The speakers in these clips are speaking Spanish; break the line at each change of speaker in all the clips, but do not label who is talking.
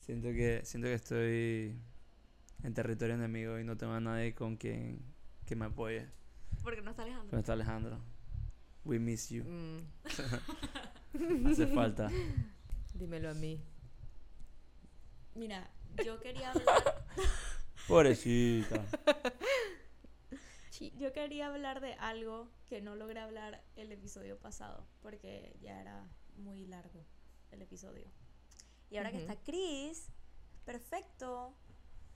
Siento que, siento que estoy en territorio enemigo y no tengo a nadie con quien que me apoye.
Porque no está
Pero
Alejandro.
está Alejandro. We miss you.
Mm,
Hace falta.
dímelo a mí.
Mira, yo quería hablar,
Pobrecita.
yo quería hablar de algo que no logré hablar el episodio pasado, porque ya era muy largo el episodio. Y ahora que
Ujú.
está Chris, perfecto,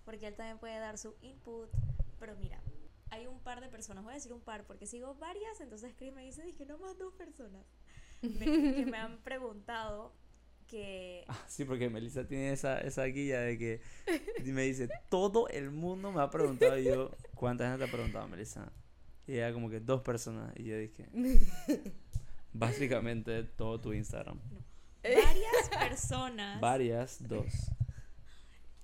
porque él también puede dar su input. Pero mira, hay un par de personas, voy a decir un par, porque sigo varias, entonces Chris me dice, dije, no más dos personas, me- que me han preguntado que
Ah, Sí, porque Melissa tiene esa, esa guía de que me dice, todo el mundo me ha preguntado y yo, ¿cuánta gente te ha preguntado, Melissa? Y ella como que dos personas. Y yo dije, básicamente todo tu Instagram.
varias personas...
Varias, dos.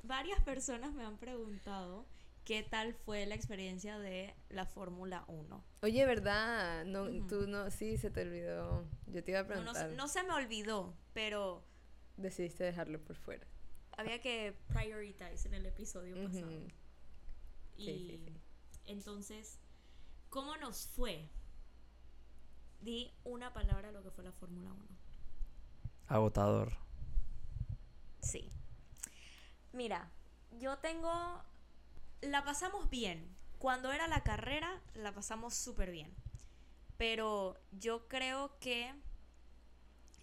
Varias personas me han preguntado qué tal fue la experiencia de la Fórmula 1.
Oye, ¿verdad? No,
Ujú.
Tú no, sí, se te olvidó. Yo te iba a
No, no,
preguntar.
no se me olvidó, pero
Decidiste dejarlo por fuera.
había que prioritizar en el episodio pasado.
Ujú.
Y
sí, sí.
entonces, ¿cómo nos fue? Di una palabra a lo que fue la Fórmula 1.
Agotador.
Sí. Mira, yo tengo... La pasamos bien. Cuando era la carrera, la pasamos súper bien. Pero yo creo que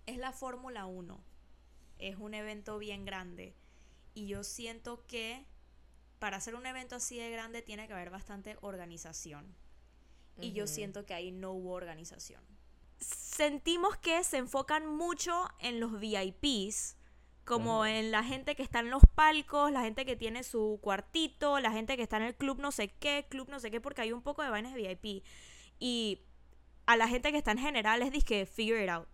es la Fórmula 1. Es un evento bien grande. Y yo siento que para hacer un evento así de grande tiene que haber bastante organización. Y yo
Ujú.
siento que ahí no hubo organización. Sentimos que se enfocan mucho en los VIPs, como
Claro.
en la gente que está en los palcos, la gente que tiene su cuartito, la gente que está en el club no sé qué, club no sé qué, porque hay un poco de vainas de VIP. Y a la gente que está en general es disque figure it out.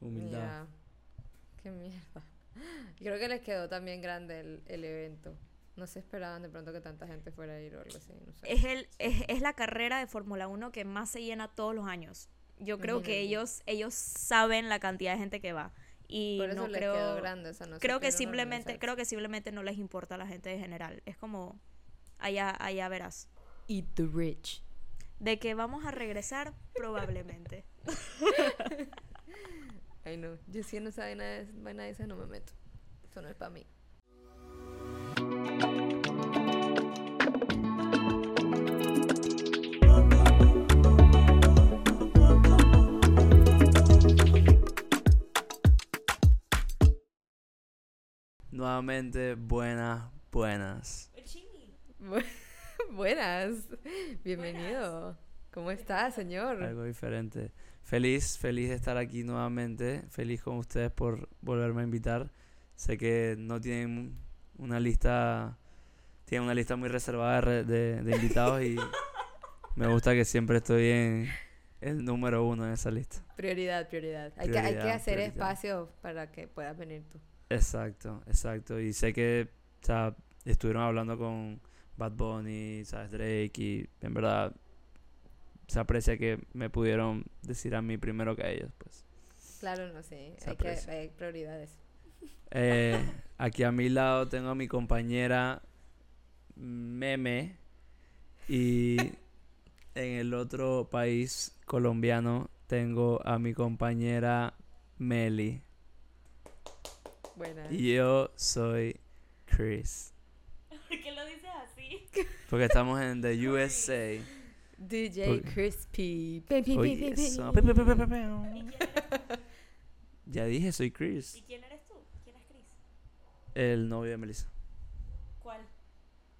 Humildad.
Ya. Qué mierda. Creo que les quedó también grande el, el evento. No se esperaban de pronto que tanta gente fuera a ir o algo así. No sé.
es, el, es, es la carrera de Fórmula 1 que más se llena todos los años. Yo creo que
Imagínate.
ellos, ellos saben la cantidad de gente que va. Y
Por eso
no
les
creo,
quedó grande. O sea, no se
creo que
pudieron
simplemente,
organizar.
creo que simplemente no les importa a la gente en general. Es como allá, allá verás.
Eat the rich.
De que vamos a regresar, probablemente.
Ay, no. Yo sí en esa vaina de, vaina de esas no me meto. Eso no es para mí.
Nuevamente, buenas, buenas.
Bu- Buenas. Bienvenido. ¿Cómo está, señor?
Algo diferente. Feliz, feliz de estar aquí nuevamente. Feliz con ustedes por volverme a invitar. Sé que no tienen una lista, tienen una lista muy reservada de, re- de- de invitados y me gusta que siempre estoy en el número uno en esa lista.
Prioridad, prioridad. Hay, que, hay que
Prioridad,
hacer
prioridad.
espacio para que puedas venir tú.
Exacto, exacto. Y sé que o sea, estuvieron hablando con Bad Bunny, ¿sabes? Drake y en verdad se aprecia que me pudieron decir a mí primero que a ellos, pues.
Claro, no sé.
Se
Hay, que,
aprecia.
hay prioridades.
Eh, aquí a mi lado tengo a mi compañera Meme y en el otro país colombiano tengo a mi compañera Meli
Buenas.
y yo soy Chris
¿Por qué lo dices así?
porque estamos en the USA.
DJ
Por-
Crispy. Pe, pe, pe,
Oye,
pe, pe.
eso. Pe, pe, pe, pe, pe, pe. Ya dije soy Chris,
quién eres tú? ¿Quién es Chris?
el novio de Melissa.
¿Cuál?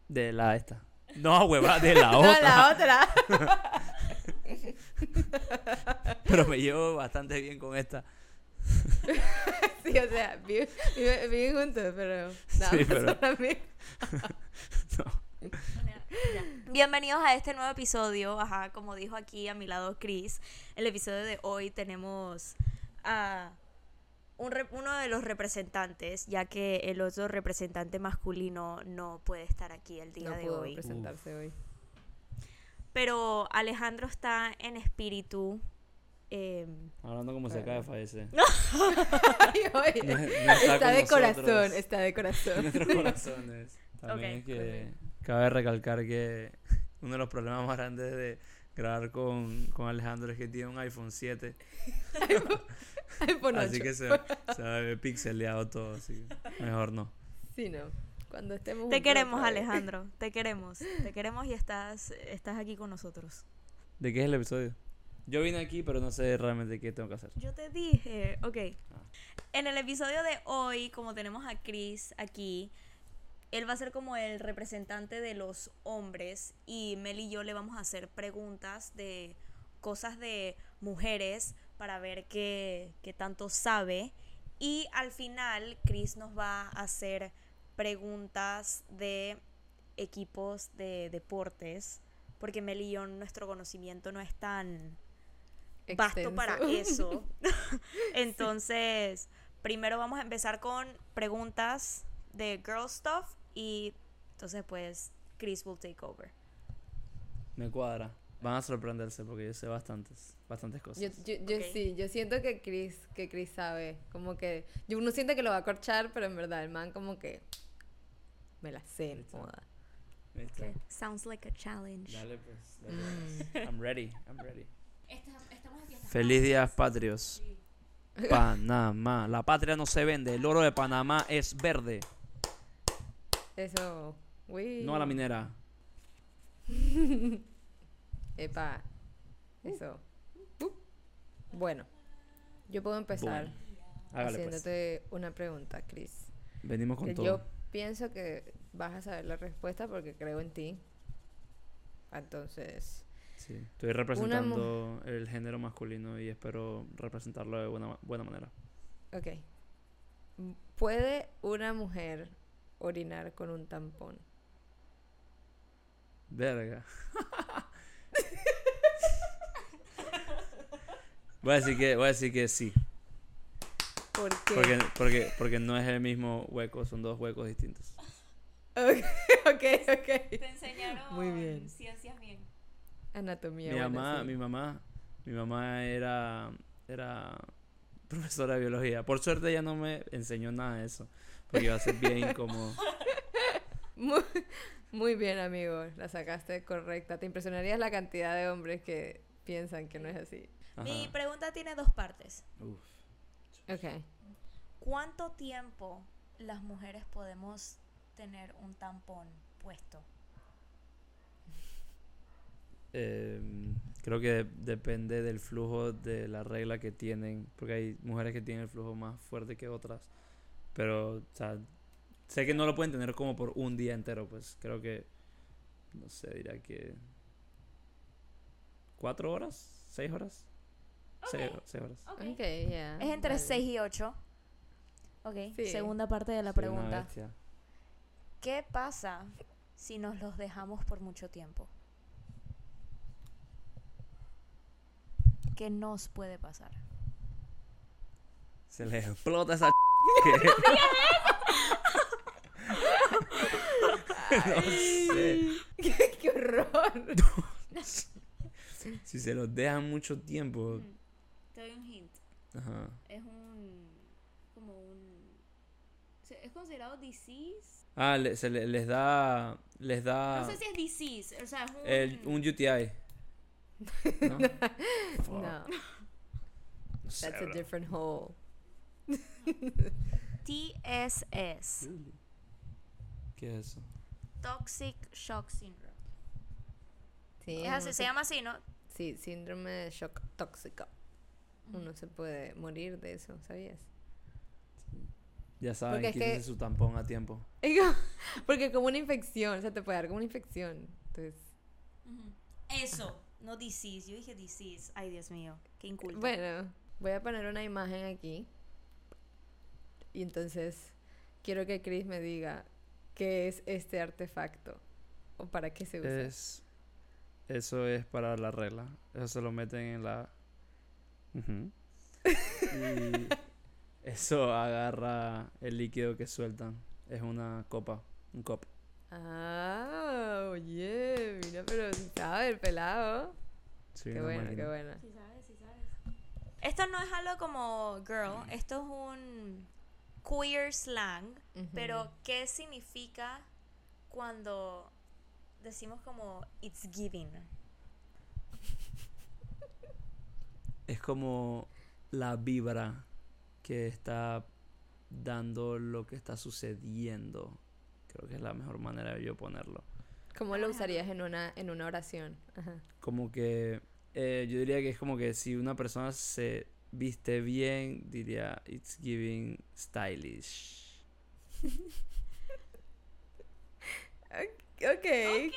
De la esta. No, hueva, de la
No,
otra.
la otra.
Pero me llevo bastante bien con esta.
Sí, o sea, vi- vive- viven juntos, pero nada
Sí,
más
pero-
son amigos.
Bienvenidos a este nuevo episodio. Ajá, como dijo aquí a mi lado Chris, el episodio de hoy tenemos a un rep- uno de los representantes, ya que el otro representante masculino no puede estar aquí el día
No
de
pudo
hoy.
presentarse hoy.
Pero Alejandro está en espíritu Eh,
Hablando como se acaba de fallecer.
Ay, oye,
No- no
está,
con
de
nosotros.
corazón, está de
en
corazón.
nuestros corazones. También
Ok,
es que cabe recalcar que uno de los problemas más grandes de grabar con, con Alejandro es que tiene un iPhone 7.
iPhone
así
8.
que se, se ve pixeleado todo, así que mejor no.
Sí, no. Cuando estemos
te
juntos
queremos,
otra vez.
Alejandro. Te queremos. Te queremos y estás, estás aquí con nosotros.
¿De qué es el episodio? Yo vine aquí, pero no sé realmente qué tengo que hacer.
Yo te dije, ok. En el episodio de hoy, como tenemos a Chris aquí, él va a ser como el representante de los hombres y Mel y yo le vamos a hacer preguntas de cosas de mujeres para ver qué, qué tanto sabe. Y al final, Chris nos va a hacer preguntas de equipos de deportes, porque Mel y yo, nuestro conocimiento no es tan basto para
Extenso.
eso. Entonces, primero vamos a empezar con preguntas de girl stuff y entonces pues Chris will take over.
Me cuadra. Van a sorprenderse porque yo sé bastantes, bastantes cosas.
Yo, yo, yo
Ok.
sí, yo siento que Chris, que Chris sabe, como que yo uno siente que lo va a corchar, pero en verdad el man como que me la sé en
Exacto.
moda.
Listo.
Sounds like a challenge.
Dale pues, dale pues. I'm ready, I'm ready.
estamos aquí
Feliz Día Patrios. Panamá. La patria no se vende. El oro de Panamá es verde.
Eso, uy.
No a la minera.
Epa, eso. Uh. Bueno, yo puedo empezar
Bueno, Hágale pues.
haciéndote una pregunta, Chris.
Venimos
que
con
yo
todo.
pienso que vas a saber la respuesta porque creo en ti. Entonces,
Sí, Estoy representando el género masculino y espero representarlo de buena, buena manera.
ok. M- ¿Puede una mujer orinar con un tampón?
Verga. voy, a decir que, voy a decir que sí.
¿Por qué?
Porque, porque, porque no es el mismo hueco, son dos huecos distintos.
Ok, ok, ok.
enseñaron
Muy bien.
ciencias bien.
Anatomía.
mi
bueno,
mamá,
sí.
mi mamá, mi mamá era, era profesora de biología. Por suerte ella no me enseñó nada de eso, porque iba a ser bien incómodo.
Muy, muy bien, amigo. La sacaste correcta. Te impresionarías la cantidad de hombres que piensan que no es así.
Ajá.
Mi pregunta tiene dos partes.
Uf.
Ok.
¿Cuánto tiempo las mujeres podemos tener un tampón puesto?
Em, creo que depende del flujo de la regla que tienen, porque hay mujeres que tienen el flujo más fuerte que otras, pero o sea, sé que no lo pueden tener como por un día entero, pues creo que, no sé, diría que... ¿Cuatro horas? ¿Seis horas? Seis, seis horas.
Ok, ya.
Es entre
vale.
6 y 8. Ok,
Sí.
segunda parte de la
Soy una
pregunta.
bestia.
¿Qué pasa si nos los dejamos por mucho tiempo? ¿Qué nos puede pasar?
Se le explota esa no sé.
¡Qué horror!
Si se los dejan mucho tiempo.
Te doy un hint.
Ajá.
Es un. como un. Es considerado disease.
Ah, le- se le- les da. Les da.
es disease. O sea, es un.
Ah. el, un UTI. No, Fuck.
No,
No sé,
that's a
bro.
different hole.
TSS.
¿Qué es eso?
Toxic Shock Syndrome.
Sí,
es así,
uno
se llama así, ¿no?
Sí, síndrome de shock tóxico. Uno se puede morir de eso, ¿sabías?
Ya saben,
Porque es
quítense
que-
su tampón a tiempo.
Porque como una infección, o sea, te puede dar como una infección. Entonces,
Eso. No disease. Yo dije disease. Ay, Dios mío. Qué inculto.
bueno, voy a poner una imagen aquí. Y entonces quiero que Chris me diga qué es este artefacto o para qué se usa.
Es. Eso es para la regla. Eso se lo meten en la. Ujú. y eso agarra el líquido que sueltan. Es una copa. Un cop.
Ah, oye, mira, pero sabe el pelado.
Sí,
qué
una
bueno,
máquina.
qué bueno.
Si sabes, si sabes. Esto no es algo como
Mm.
girl, esto es un queer slang,
Ujú.
pero ¿qué significa cuando decimos como it's giving?
Es como la vibra que está dando lo que está sucediendo. Creo que es la mejor manera de yo ponerlo.
¿Cómo lo
Ajá.
usarías en una, en una oración? Ajá.
Como que eh, yo diría que es como que si una persona se viste bien, diría it's giving stylish.
Ok,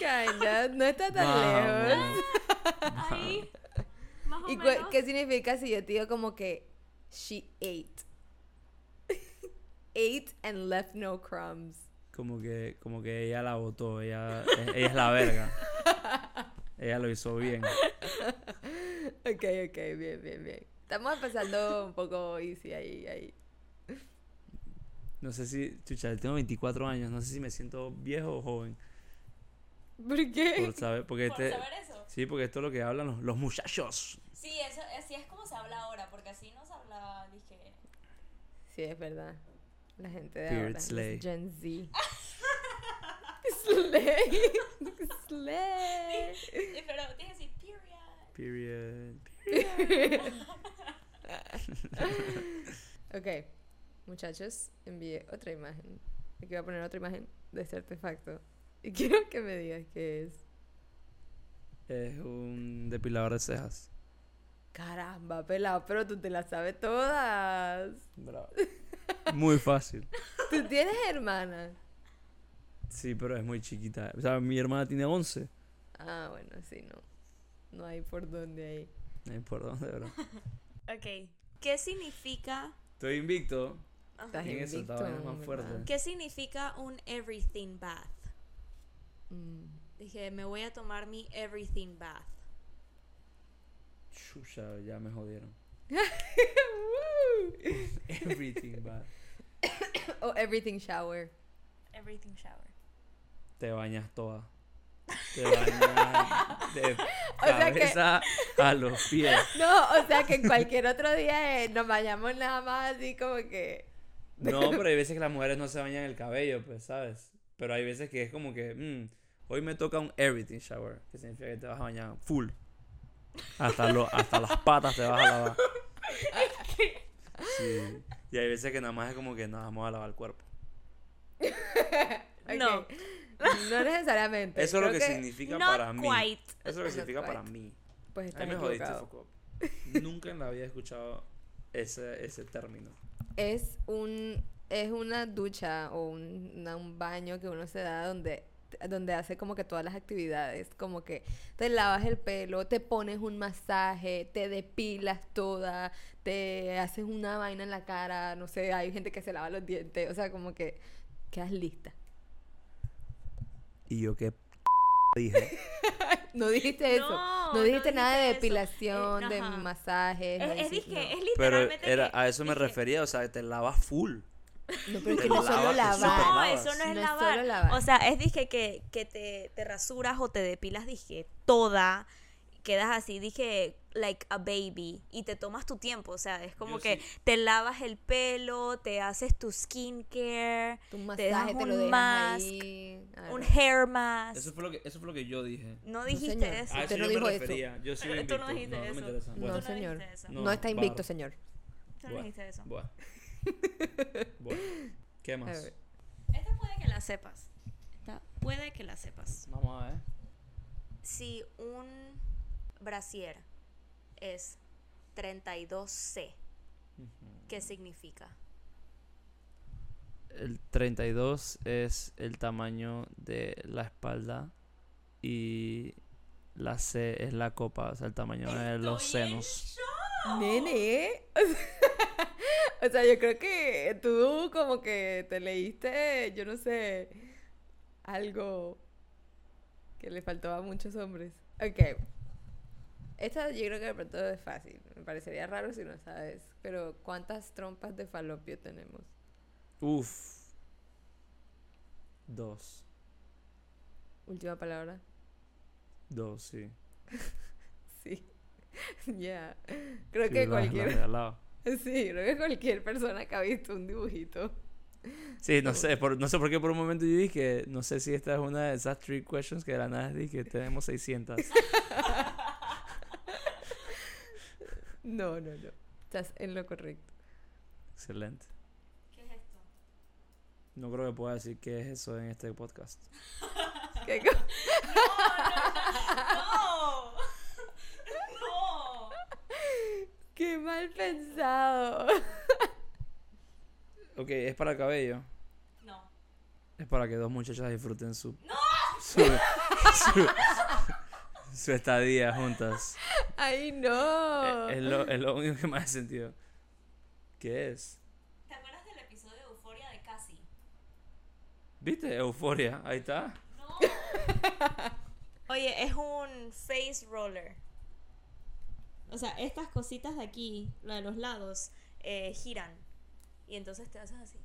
kinda, no está tan
Vamos.
lejos.
Ahí, más o
¿Y
menos.
cu- qué significa si yo te digo como que she ate? ate and left no crumbs.
Como que, como que ella la votó, ella, e- ella es la verga. Ella lo hizo bien.
Ok, ok, bien, bien, bien. Estamos empezando un poco easy ahí, ahí.
No sé si, chucha, tengo 24 años, no sé si me siento viejo o joven.
¿Por qué?
Por saber, porque
Por
este,
saber eso.
sí, porque esto es lo que hablan los, los muchachos.
Sí, eso, así es como se habla ahora, porque así no se hablaba, dije.
Sí, es verdad. La gente de
Period
ahora. los
slay.
Gen Z. slay. slay.
Eh, Pero tienes que decir period.
Period.
ok, muchachos, envié otra imagen. Aquí voy a poner otra imagen de este artefacto. Y quiero que me digas qué es.
Es un depilador de cejas.
Caramba, pelado, pero tú te las sabes todas.
Bravo. Muy fácil.
Tú tienes hermana.
Sí, pero es muy chiquita. O sea, mi hermana tiene 11.
Ah, bueno, sí, no. No hay por dónde ahí.
No importa dónde, bro.
Ok. ¿Qué significa,
Estoy invicto.
Estás
En eso,
invicto,
esta vaina es más
¿verdad?
fuerte.
qué significa un everything bath?
Mm.
Dije, me voy a tomar mi everything bath.
Chucha, ya me jodieron.
Woo.
Everything bad.
o Oh, everything shower.
Everything shower.
Te bañas toda. Te bañas de
O sea que-
cabeza a los pies.
No, o sea que en cualquier otro día eh, nos vayamos nada más así como que.
No, pero hay veces que las mujeres no se bañan el cabello, pues, ¿sabes? Pero hay veces que es como que, mm, hoy me toca un everything shower, que significa que te vas a bañar full. Hasta, lo, hasta las patas te vas a lavar. Sí. Y hay veces que nada más es como que nos vamos a lavar el cuerpo.
Ok.
No.
No necesariamente.
Eso es lo
Creo
que, significa
Not
para mí.
quite.
Eso es lo que
Not
significa
quite.
para mí.
Pues
Ahí
estás
me jodiste,
equivocado.
fuck up. Nunca en la había escuchado ese, ese término.
Es un es una ducha o un, una- un baño que uno se da donde donde hace como que todas las actividades, como que te lavas el pelo, te pones un masaje, te depilas toda, te haces una vaina en la cara, no sé, hay gente que se lava los dientes, o sea, como que quedas lista.
Y yo qué dije.
No dijiste eso,
No,
no,
no
dijiste nada de
dijiste eso.
depilación,
Eh,
de
ajá.
masajes, no
Es, es,
dijiste-
dije,
no.
es
Pero
literalmente.
era,
que-
a eso me
dije-
refería, o sea, te lavas full.
No, pero es
te
que no solo
lavas, te
lavar.
No,
superlavas.
eso no es
No es
lavar.
solo lavar.
O sea, es dije que, que te, te rasuras o te depilas, dije, toda. Quedas así, dije, like a baby. Y te tomas tu tiempo. O sea, es como
Yo
que
sí.
te lavas el pelo, te haces tu skincare,
Tu
te das
masaje te,
un
lo dejas
mask,
ahí. Ah,
un
no.
hair mask.
Eso fue lo que, eso fue Ah, lo que yo dije.
No
No,
dijiste
señor.
eso.
A eso
Usted
yo
no
me
dijo eso.
refería. Yo soy
Tú
invicto.
no dijiste
no, no me
eso.
interesa.
Tú
No,
Bueno,
no
señor.
dijiste eso.
No,
No,
está
barro.
invicto, señor.
Tú no
bueno,
dijiste eso.
bueno. Bueno. ¿Qué
A
más?
ver.
Esta puede que la sepas. Esta puede que la sepas.
Vamos a ver.
Si un brasier es 32C, ¿qué significa?
El 32 es el tamaño de la espalda y la C es la copa, o sea, el tamaño de Ah, los senos.
Nene. O sea, yo creo que tú como que te leíste, yo no sé, algo que le faltó a muchos hombres. Ok. Esta yo creo que de pronto es fácil. Me parecería raro si no sabes. Pero ¿cuántas trompas de falopio tenemos?
Uf. Dos.
Última palabra.
Dos, sí.
Sí. Ya. Creo
Sí,
que
la- la
cualquier.
de al lado.
Sí, creo que cualquier persona que ha visto un dibujito.
Sí, no sé, por, no sé por qué por un momento yo dije, no sé si esta es una de esas trick questions que de la nada dije, tenemos 600.
No, no, no. Estás en lo correcto.
Excelente.
¿Qué es esto?
No creo que pueda decir qué es eso en este podcast.
¿Qué co-
¡No! ¡No!
¡Qué mal pensado!
Ok, es para cabello.
No.
Es para que dos muchachas disfruten su. Su, su- su estadía juntas.
¡Ay, no!
Oh.
Es, es Eh, lo, es lo único que me hace sentido. ¿Qué es?
¿Te acuerdas del episodio de Euforia de Cassie?
¿Viste? Euforia. Ahí está.
No. Oye, es un face roller. O sea, estas cositas de aquí, la de los lados, eh, giran. Y entonces te haces así.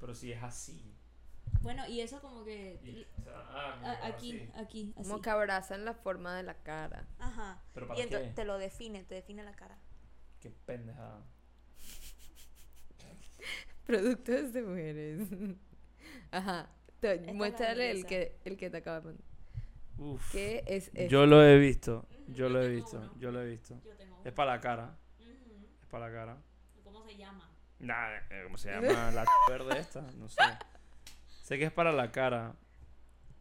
Pero si es así.
Bueno, y eso como que...
ah,
a- aquí, aquí, así.
Como que abrazan la forma de la cara.
Ajá.
¿Pero
y
para
ento-
qué?
te lo define, te define la cara.
Qué pendejada.
Productos de mujeres. Ajá. Te-
es la
muéstrale el
belleza.
que, el que te acaba de mandar.
Uf.
¿Qué es esto?
Yo lo he visto. Yo
Yo
lo he
tengo
visto.
uno.
Yo lo he visto.
Yo tengo
Es para la cara.
Ujú.
Es para la cara.
¿Cómo se llama?
Nada, eh, ¿cómo se llama? La verde esta. No sé. Sé que es para la cara.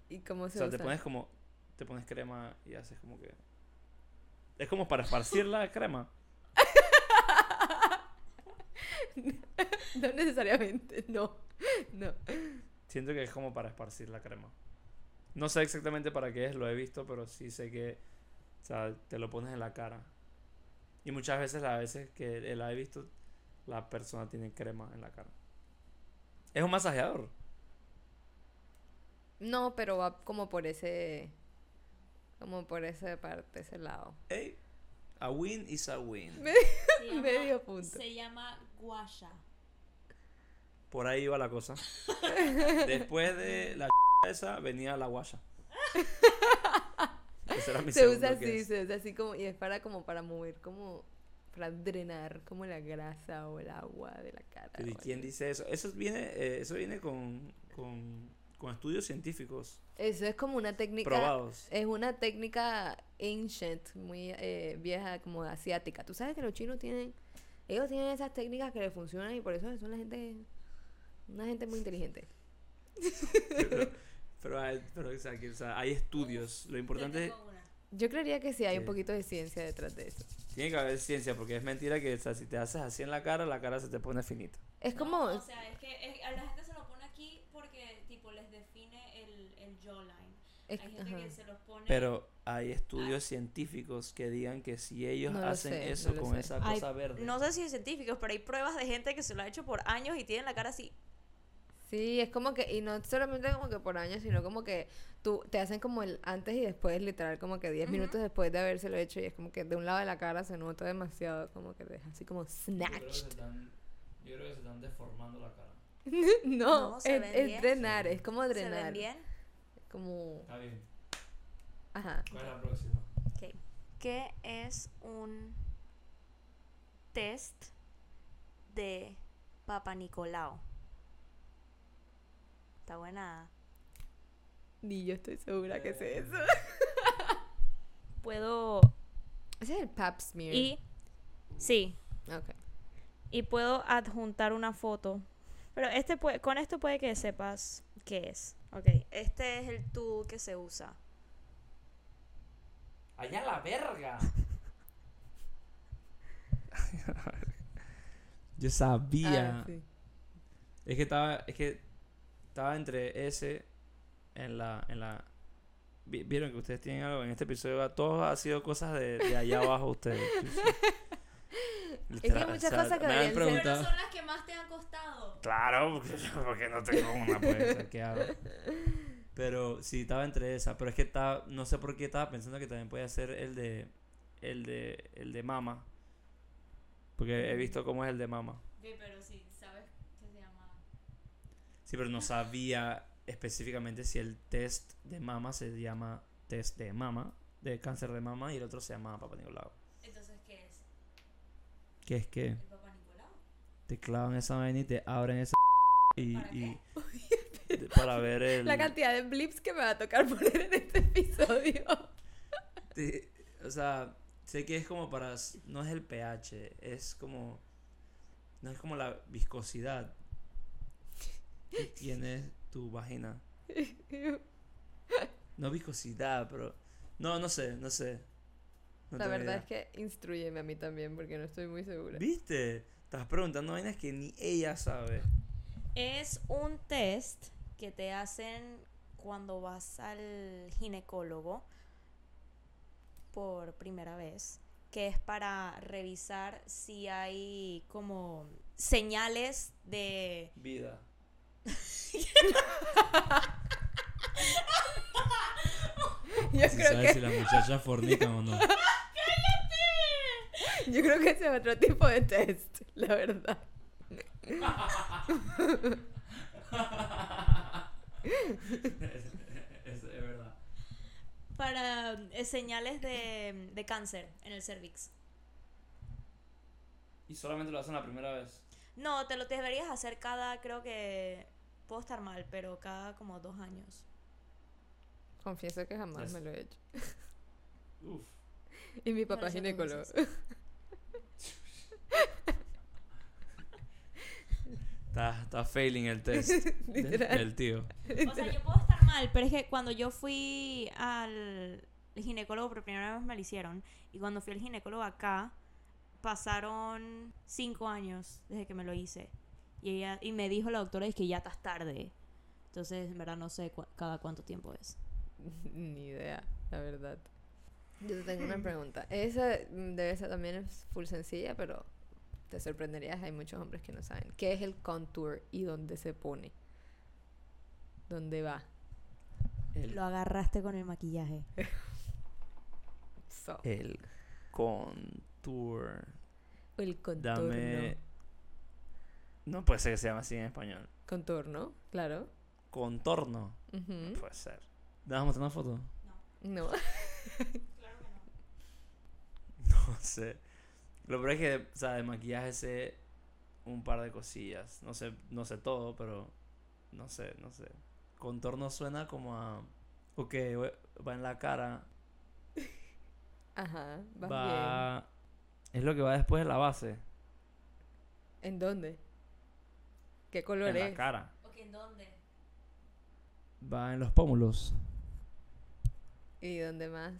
¿Y cómo
O
se
sea, te
usa?
pones como. Te pones crema y haces como que. Es como para esparcir la crema.
No necesariamente, no. No.
Siento que es como para esparcir la crema. No sé exactamente para qué es, lo he visto, pero sí sé que. O sea, te lo pones en la cara. Y muchas veces, las veces que la he visto, la persona tiene crema en la cara. Es un masajeador.
No, pero va como por ese. Como por esa parte, ese lado.
Ey, a win is a win.
Se llama-
Medio punto.
Se llama guaya.
Por ahí iba la cosa. Después de la esa venía la guaya. Ese era mi
Se
segundo
usa así,
guess.
se usa así como. Y es para como para mover, como. Para drenar como la grasa o el agua de la cara.
Pero, ¿y
o
quién
así.
dice eso? Eso viene, eh, eso viene con, con, con estudios científicos
Eso es como una técnica.
probados.
Es una técnica ancient, muy eh, vieja, como asiática. Tú sabes que los chinos tienen. Ellos tienen esas técnicas que les funcionan y por eso son la gente. Una gente muy inteligente.
Pero, pero, hay- pero, o sea, que, o sea, hay estudios. Lo importante es,
Yo creería que sí hay un
Sí.
poquito de ciencia detrás de eso.
tiene que haber ciencia, porque es mentira que o sea, si te haces así en la cara, la cara se te pone finita.
Es como.
O sea, es que es- a la gente se lo pone aquí porque, tipo, les define el, el jawline.
es-
Hay gente
ajá.
que se los pone.
Mm.
Pero hay estudios científicos que digan que si ellos
No lo
hacen
sé,
eso
no lo
con
sé.
esa
Ay,
cosa verde.
No sé si es científicos, pero hay pruebas de gente que se lo ha hecho por años y tienen la cara así.
Sí, es como que, y no solamente como que por años, sino como que tú te hacen como el antes y después, literal, como que 10
Ujú.
minutos después de habérselo hecho, y es como que de un lado de la cara se nota demasiado, como que deja así como snatched.
están, yo creo que se están deformando la cara.
No,
No,
es,
se ven
es
bien.
drenar, es como
¿Se ven
drenar.
bien?
Como,
Está bien.
ajá.
¿Cuál es la próxima?
Ok. ¿Qué es un test de Papa Nicolau? Está buena.
Ni yo estoy segura que sé eso.
Puedo.
Ese es el pap smear.
Y. Sí,
Ok.
y puedo adjuntar una foto. Pero este pue- con esto puede que sepas qué es. Ok. Este es el tool que se usa.
Allá la verga. yo sabía.
Ah, sí.
Es que estaba, es que estaba entre ese en la, en la. vi- Vieron que ustedes tienen algo en este episodio. Todo ha sido cosas de, de allá abajo ustedes. Sí, sí.
que hay
Literal,
muchas cosas que
me han
deberían ser- Pero
preguntado-
las que más te han costado.
Claro, porque, porque no tengo una, pues, o sea, ¿qué hago? Pero sí, estaba entre esas. Pero es que estaba, no sé por qué estaba pensando que también podía ser el de, el de, el de mama. Porque he visto cómo es el de mama.
pero sí, sabes qué se llama.
Sí, pero no sabía específicamente si el test de mama se llama test de mama, de cáncer de mama, y el otro se llama Papa Nicolau. que es que
Papá Nicolau.
te clavan esa vaina y te abren esa y,
¿Para
y- de- para ver el
La cantidad de blips que me va a tocar poner en este episodio.
te- o sea sé que es como para s- no es el pH es como no es como la viscosidad que tiene tu vagina no viscosidad pero no no sé no sé No
La
tengo
verdad
idea.
es que instruyeme a mí también porque no estoy muy segura.
viste estás preguntando vainas que ni ella sabe
Es un test que te hacen cuando vas al ginecólogo por primera vez, que es para revisar si hay como señales de...
vida
Yo creo, que,
las muchachas fornican o no
yo creo que ese es otro tipo de test, la verdad.
es verdad
para eh, señales de, de cáncer en el cervix.
Y solamente lo hacen la primera vez.
No, te lo deberías hacer cada, creo que... Puedo estar mal, pero cada como dos años.
Confieso que jamás me lo he hecho.
Uf.
Y mi papá es
Bueno, yo también
ginecólogo.
soy
Está, está failing el test de-
Literal.
del tío.
O sea, yo puedo estar mal, pero es que cuando yo fui al ginecólogo por primera vez me lo hicieron. Y cuando fui al ginecólogo acá, pasaron cinco años desde que me lo hice. Y, ella, y me dijo la doctora es que ya estás tarde. Entonces, en verdad, no sé cua- cada cuánto tiempo es.
Ni idea, la verdad. Mm. Yo te tengo una pregunta. Esa mm, debe ser también es full sencilla, pero te sorprenderías, hay muchos hombres que no saben. ¿Qué es el contour y dónde se pone? ¿Dónde va?
El,
Lo agarraste con el maquillaje.
So,
el contour.
el contorno.
Dame. No puede ser que se llame así en español.
Contorno, claro.
Contorno.
Ujú.
Puede ser. ¿Damos mostrar una foto?
No.
No sé. Lo peor es que, o sea, de maquillaje sé un par de cosillas. No sé, no sé todo, pero no sé, no sé. Contorno suena como a. Ok, va en la cara,
Ajá, vas
va es lo que va después de la base
bien. ¿En dónde? ¿Qué color
en la
es?
cara
¿En dónde?
va en los pómulos
¿Y dónde más?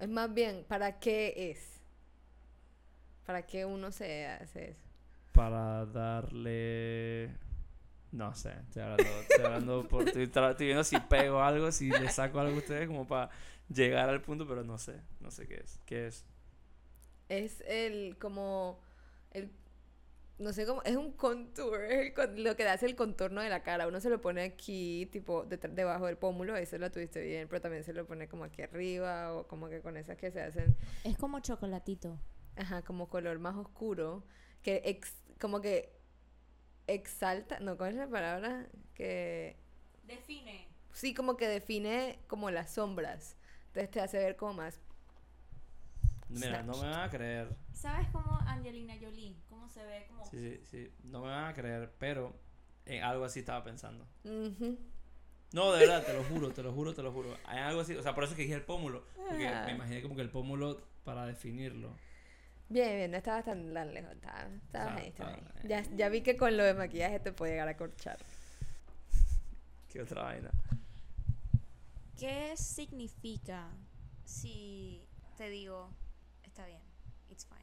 Es más bien, ¿para qué es? ¿Para qué uno se hace eso?
para darle no sé estoy hablando, estoy hablando por estoy, tra- estoy viendo si pego algo si le saco algo a ustedes como para llegar al punto pero no sé no sé qué es qué es
Es el como el no sé cómo, es un contour, es el con- lo que hace el contorno de la cara. Uno se lo pone aquí, tipo detrás- debajo del pómulo, eso lo tuviste bien, pero también se lo pone como aquí arriba o como que con esas que se hacen,
Es como chocolatito.
ajá, como color más oscuro, que ex- como que exalta, no, ¿cuál es la palabra? Que
Define.
sí, como que define como las sombras. Entonces te hace ver como más.
mira no me van a creer
¿Sabes cómo Angelina Jolie? ¿Cómo se ve? Como...
sí sí sí no me van a creer pero en algo así estaba pensando
Ujú.
no, de verdad, te lo juro, te lo juro, te lo juro. Hay algo así, o sea, por eso es que dije el pómulo. Porque
Ah.
me imaginé como que el pómulo para definirlo.
Bien, bien, no estabas tan, tan lejos, estabas, estabas
Estaba-
ahí, estabas
estaba
ahí. Ya, ya vi que con lo de maquillaje te puede llegar a corchar.
¿Qué otra vaina?
¿Qué significa si te digo, está bien, it's fine?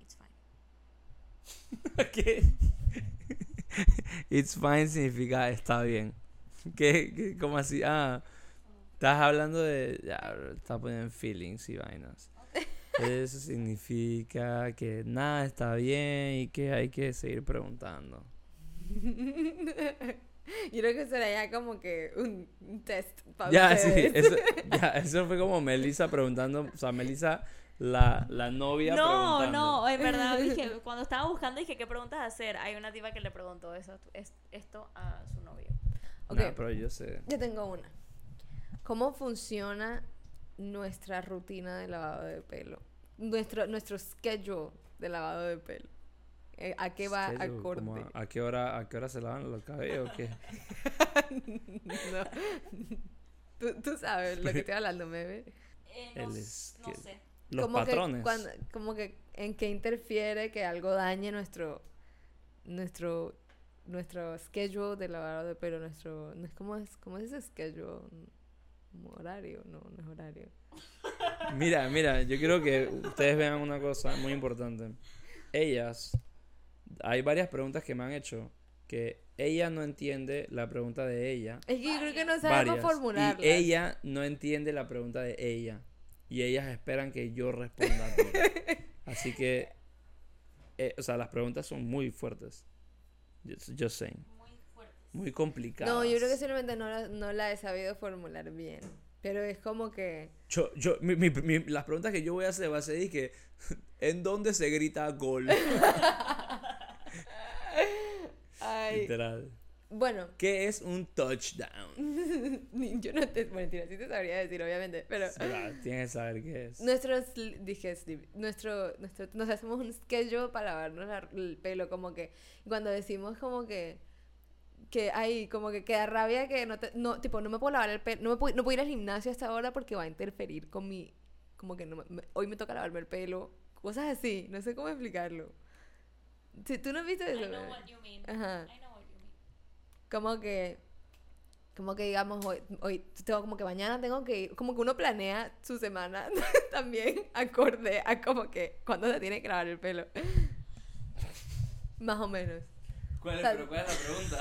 It's fine.
¿Qué? It's fine significa está bien. ¿Qué? ¿Qué? ¿Cómo así? Ah, estás hablando de. Ya, bro, estás poniendo feelings y vainas. Eso significa que nada está bien y que hay que seguir preguntando.
Yo creo que será ya como que un, un test para
Ya, sí, eso, ya, eso fue como Melissa preguntando. O sea, Melissa, la, la novia.
No,
preguntando.
no, en verdad, dije, cuando estaba buscando, dije, ¿qué preguntas hacer? Hay una tipa que le preguntó eso, a tu- es- esto a su novio.
Nah, pero yo sé.
Yo tengo una. ¿Cómo funciona nuestra rutina de lavado de pelo. Nuestro, nuestro schedule de lavado de pelo. Eh, ¿A qué va
Schedule, como
acorde?
a, a qué hora, ¿A qué hora se lavan los cabellos? o qué?
No. Tú, tú sabes lo que estoy hablando, meme.
Eh, no,
El
s- no
esque-
sé.
Los
Como que
patrones.
cuando- como que en qué interfiere que algo dañe nuestro nuestro nuestro schedule de lavado de pelo, nuestro no es como es cómo es ese schedule, Como horario, no, no es horario.
Mira, mira, yo quiero que ustedes vean una cosa muy importante. Ellas, hay varias preguntas que me han hecho que ella no entiende la pregunta de ella.
Es que yo creo que no sabemos
Varias.
formularla.
Y ella no entiende la pregunta de ella. Y ellas esperan que yo responda. a todo. Así que, eh, o sea, las preguntas son muy fuertes. Just, just saying.
Muy fuertes.
Muy complicadas.
No, yo creo que simplemente no la, no la he sabido formular bien. Pero es como que
Yo, yo, mi- mi- mi- las preguntas que yo voy a hacer va a ser que ¿en dónde se grita gol?
ay,
Literal.
bueno,
¿Qué es un touchdown?
ni- yo no te bueno, mentira, sí te sabría decir obviamente, pero
Ah, Tienes que saber qué es.
Nuestros, dije, slip, nuestro, nuestro, nos hacemos un schedule para lavarnos la- el pelo, como que cuando decimos como que, que hay, como que queda rabia que no, te- no, tipo, no me puedo lavar el pelo, no, me puedo, no puedo ir al gimnasio hasta ahora porque va a interferir con mi, como que no, me- me- hoy me toca lavarme el pelo, cosas así, no sé cómo explicarlo. Si tú no has visto eso,
I know
¿verdad?
what you mean.
Ajá
I know what you mean.
como que como que digamos hoy, hoy tengo como que mañana tengo que ir, como que uno planea su semana también acorde a como que cuando se tiene que lavar el pelo más o menos
¿Cuál
es- pero
cuál es la pregunta?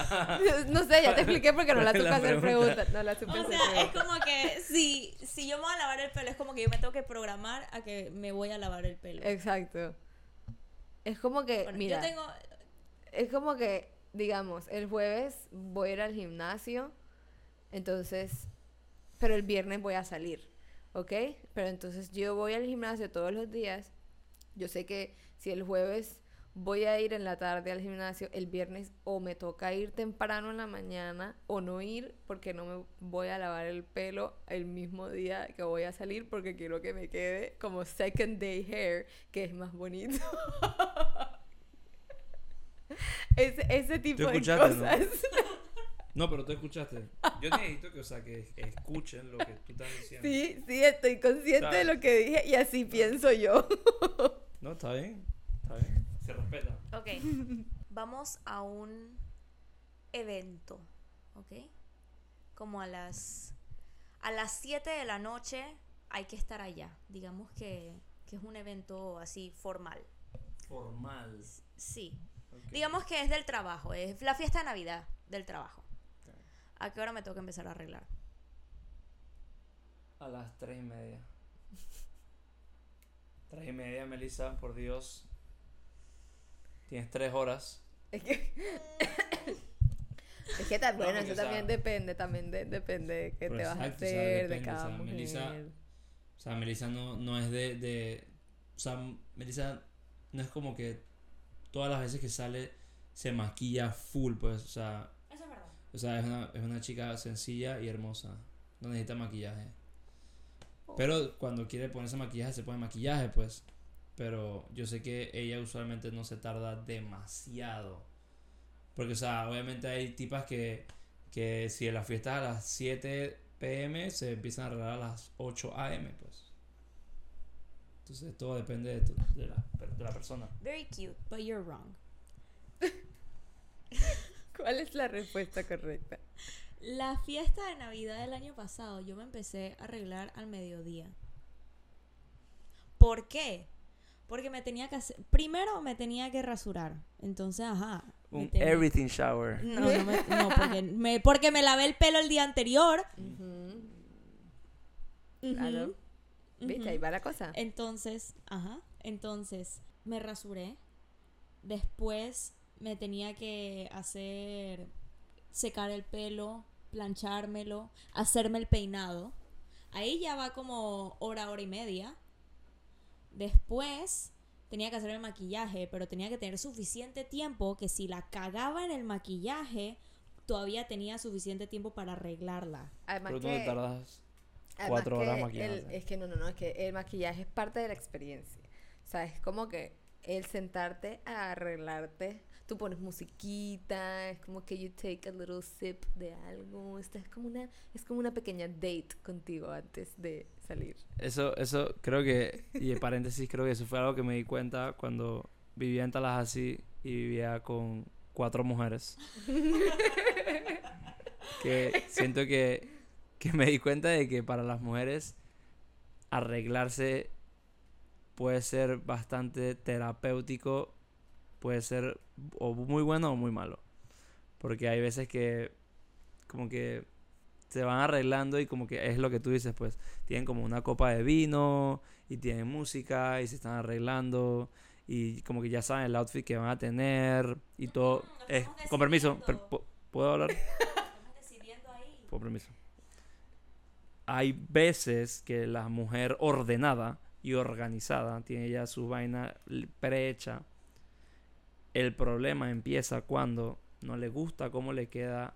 no sé ya te expliqué porque no la
¿Cuál es
supe
la
hacer
pregunta?
preguntas no la supe
O
hacer
sea, es
preguntas.
como que si, si yo me voy a lavar el pelo, es como que yo me tengo que programar a que me voy a lavar el pelo.
exacto es como que
Bueno,
Eh, mira
Yo tengo.
Es como que, digamos, el jueves voy a ir al gimnasio, entonces, pero el viernes voy a salir, ¿ok? Pero entonces yo voy al gimnasio todos los días. Yo sé que si el jueves voy a ir en la tarde al gimnasio, el viernes o me toca ir temprano en la mañana o no ir porque no me voy a lavar el pelo el mismo día que voy a salir porque quiero que me quede como second day hair, que es más bonito. Ese, ese tipo de
escuchaste, no?
cosas.
No, pero tú escuchaste. Yo necesito que, o sea, que escuchen lo que tú estás diciendo.
Sí, sí, estoy consciente de lo que dije y así pienso yo.
No, está bien. Está bien. Se respeta.
Ok. Vamos a un evento. ¿Ok? Como a las. A las 7 de la noche hay que estar allá. Digamos que, que es un evento así formal.
Formal.
Sí. Digamos que es del trabajo. Es la fiesta de Navidad del trabajo. ¿A qué hora me toca empezar a arreglar?
A las tres y media. Tres y media, Melissa, por Dios. Tienes tres horas.
Es que, es que también,
No, porque,
eso
o sea,
también depende, también de- depende de qué
pero
te vas a
exacto, o sea,
hacer, de
depende, o
cada
sea,
mujer.
Melissa- O sea, Melissa no, no es de, de. O sea, Melissa no es como que todas las veces que sale se maquilla full, pues. O sea,
Eso es verdad.
o sea es, una, es una chica sencilla y hermosa. No necesita maquillaje. Pero cuando quiere ponerse maquillaje, se pone maquillaje, pues. Pero yo sé que ella usualmente no se tarda demasiado. Porque, o sea, obviamente hay tipas que, que si en la fiesta es a las 7 pm, se empiezan a arreglar a las 8 am, pues. Entonces todo depende de, tu- de la, de la persona.
Very cute, but you're wrong.
¿Cuál es la respuesta correcta?
La fiesta de Navidad del año pasado, yo me empecé a arreglar al mediodía. ¿Por qué? Porque me tenía que hacer. Primero me tenía que rasurar. Entonces, ajá. me tenía-
shower.
No, no, me- no, porque, me, porque me lavé el pelo el día anterior.
Claro. ¿Viste?
Ujú.
Ahí va la cosa.
Entonces, ajá. Entonces, me rasuré. Después me tenía que hacer secar el pelo, planchármelo, hacerme el peinado. Ahí ya va como hora, hora y media. Después tenía que hacer el maquillaje, pero tenía que tener suficiente tiempo que si la cagaba en el maquillaje, todavía tenía suficiente tiempo para arreglarla.
Además
Pero tú no
que
te tardas
Además
cuatro horas
que
maquillándose.
el- es que no, no, no, es que el maquillaje es parte de la experiencia. O sea, es como que el sentarte a arreglarte, tú pones musiquita, es como que you take a little sip de algo, esta es como una es como una pequeña date contigo antes de salir.
Eso, eso creo que, y en paréntesis, creo que eso fue algo que me di cuenta cuando vivía en Tallahassee y vivía con cuatro mujeres. que siento que, que me di cuenta de que para las mujeres arreglarse puede ser bastante terapéutico, puede ser o muy bueno o muy malo. Porque hay veces que como que se van arreglando y como que es lo que tú dices, pues tienen como una copa de vino y tienen música y se están arreglando y como que ya saben el outfit que van a tener y todo.
lo
Eh,
estamos
con permiso, per-
decidiendo.
pu- ¿puedo hablar?
Estamos decidiendo ahí.
Con permiso. Hay veces que la mujer ordenada y organizada tiene ya su vaina l- prehecha. El problema empieza cuando no le gusta cómo le queda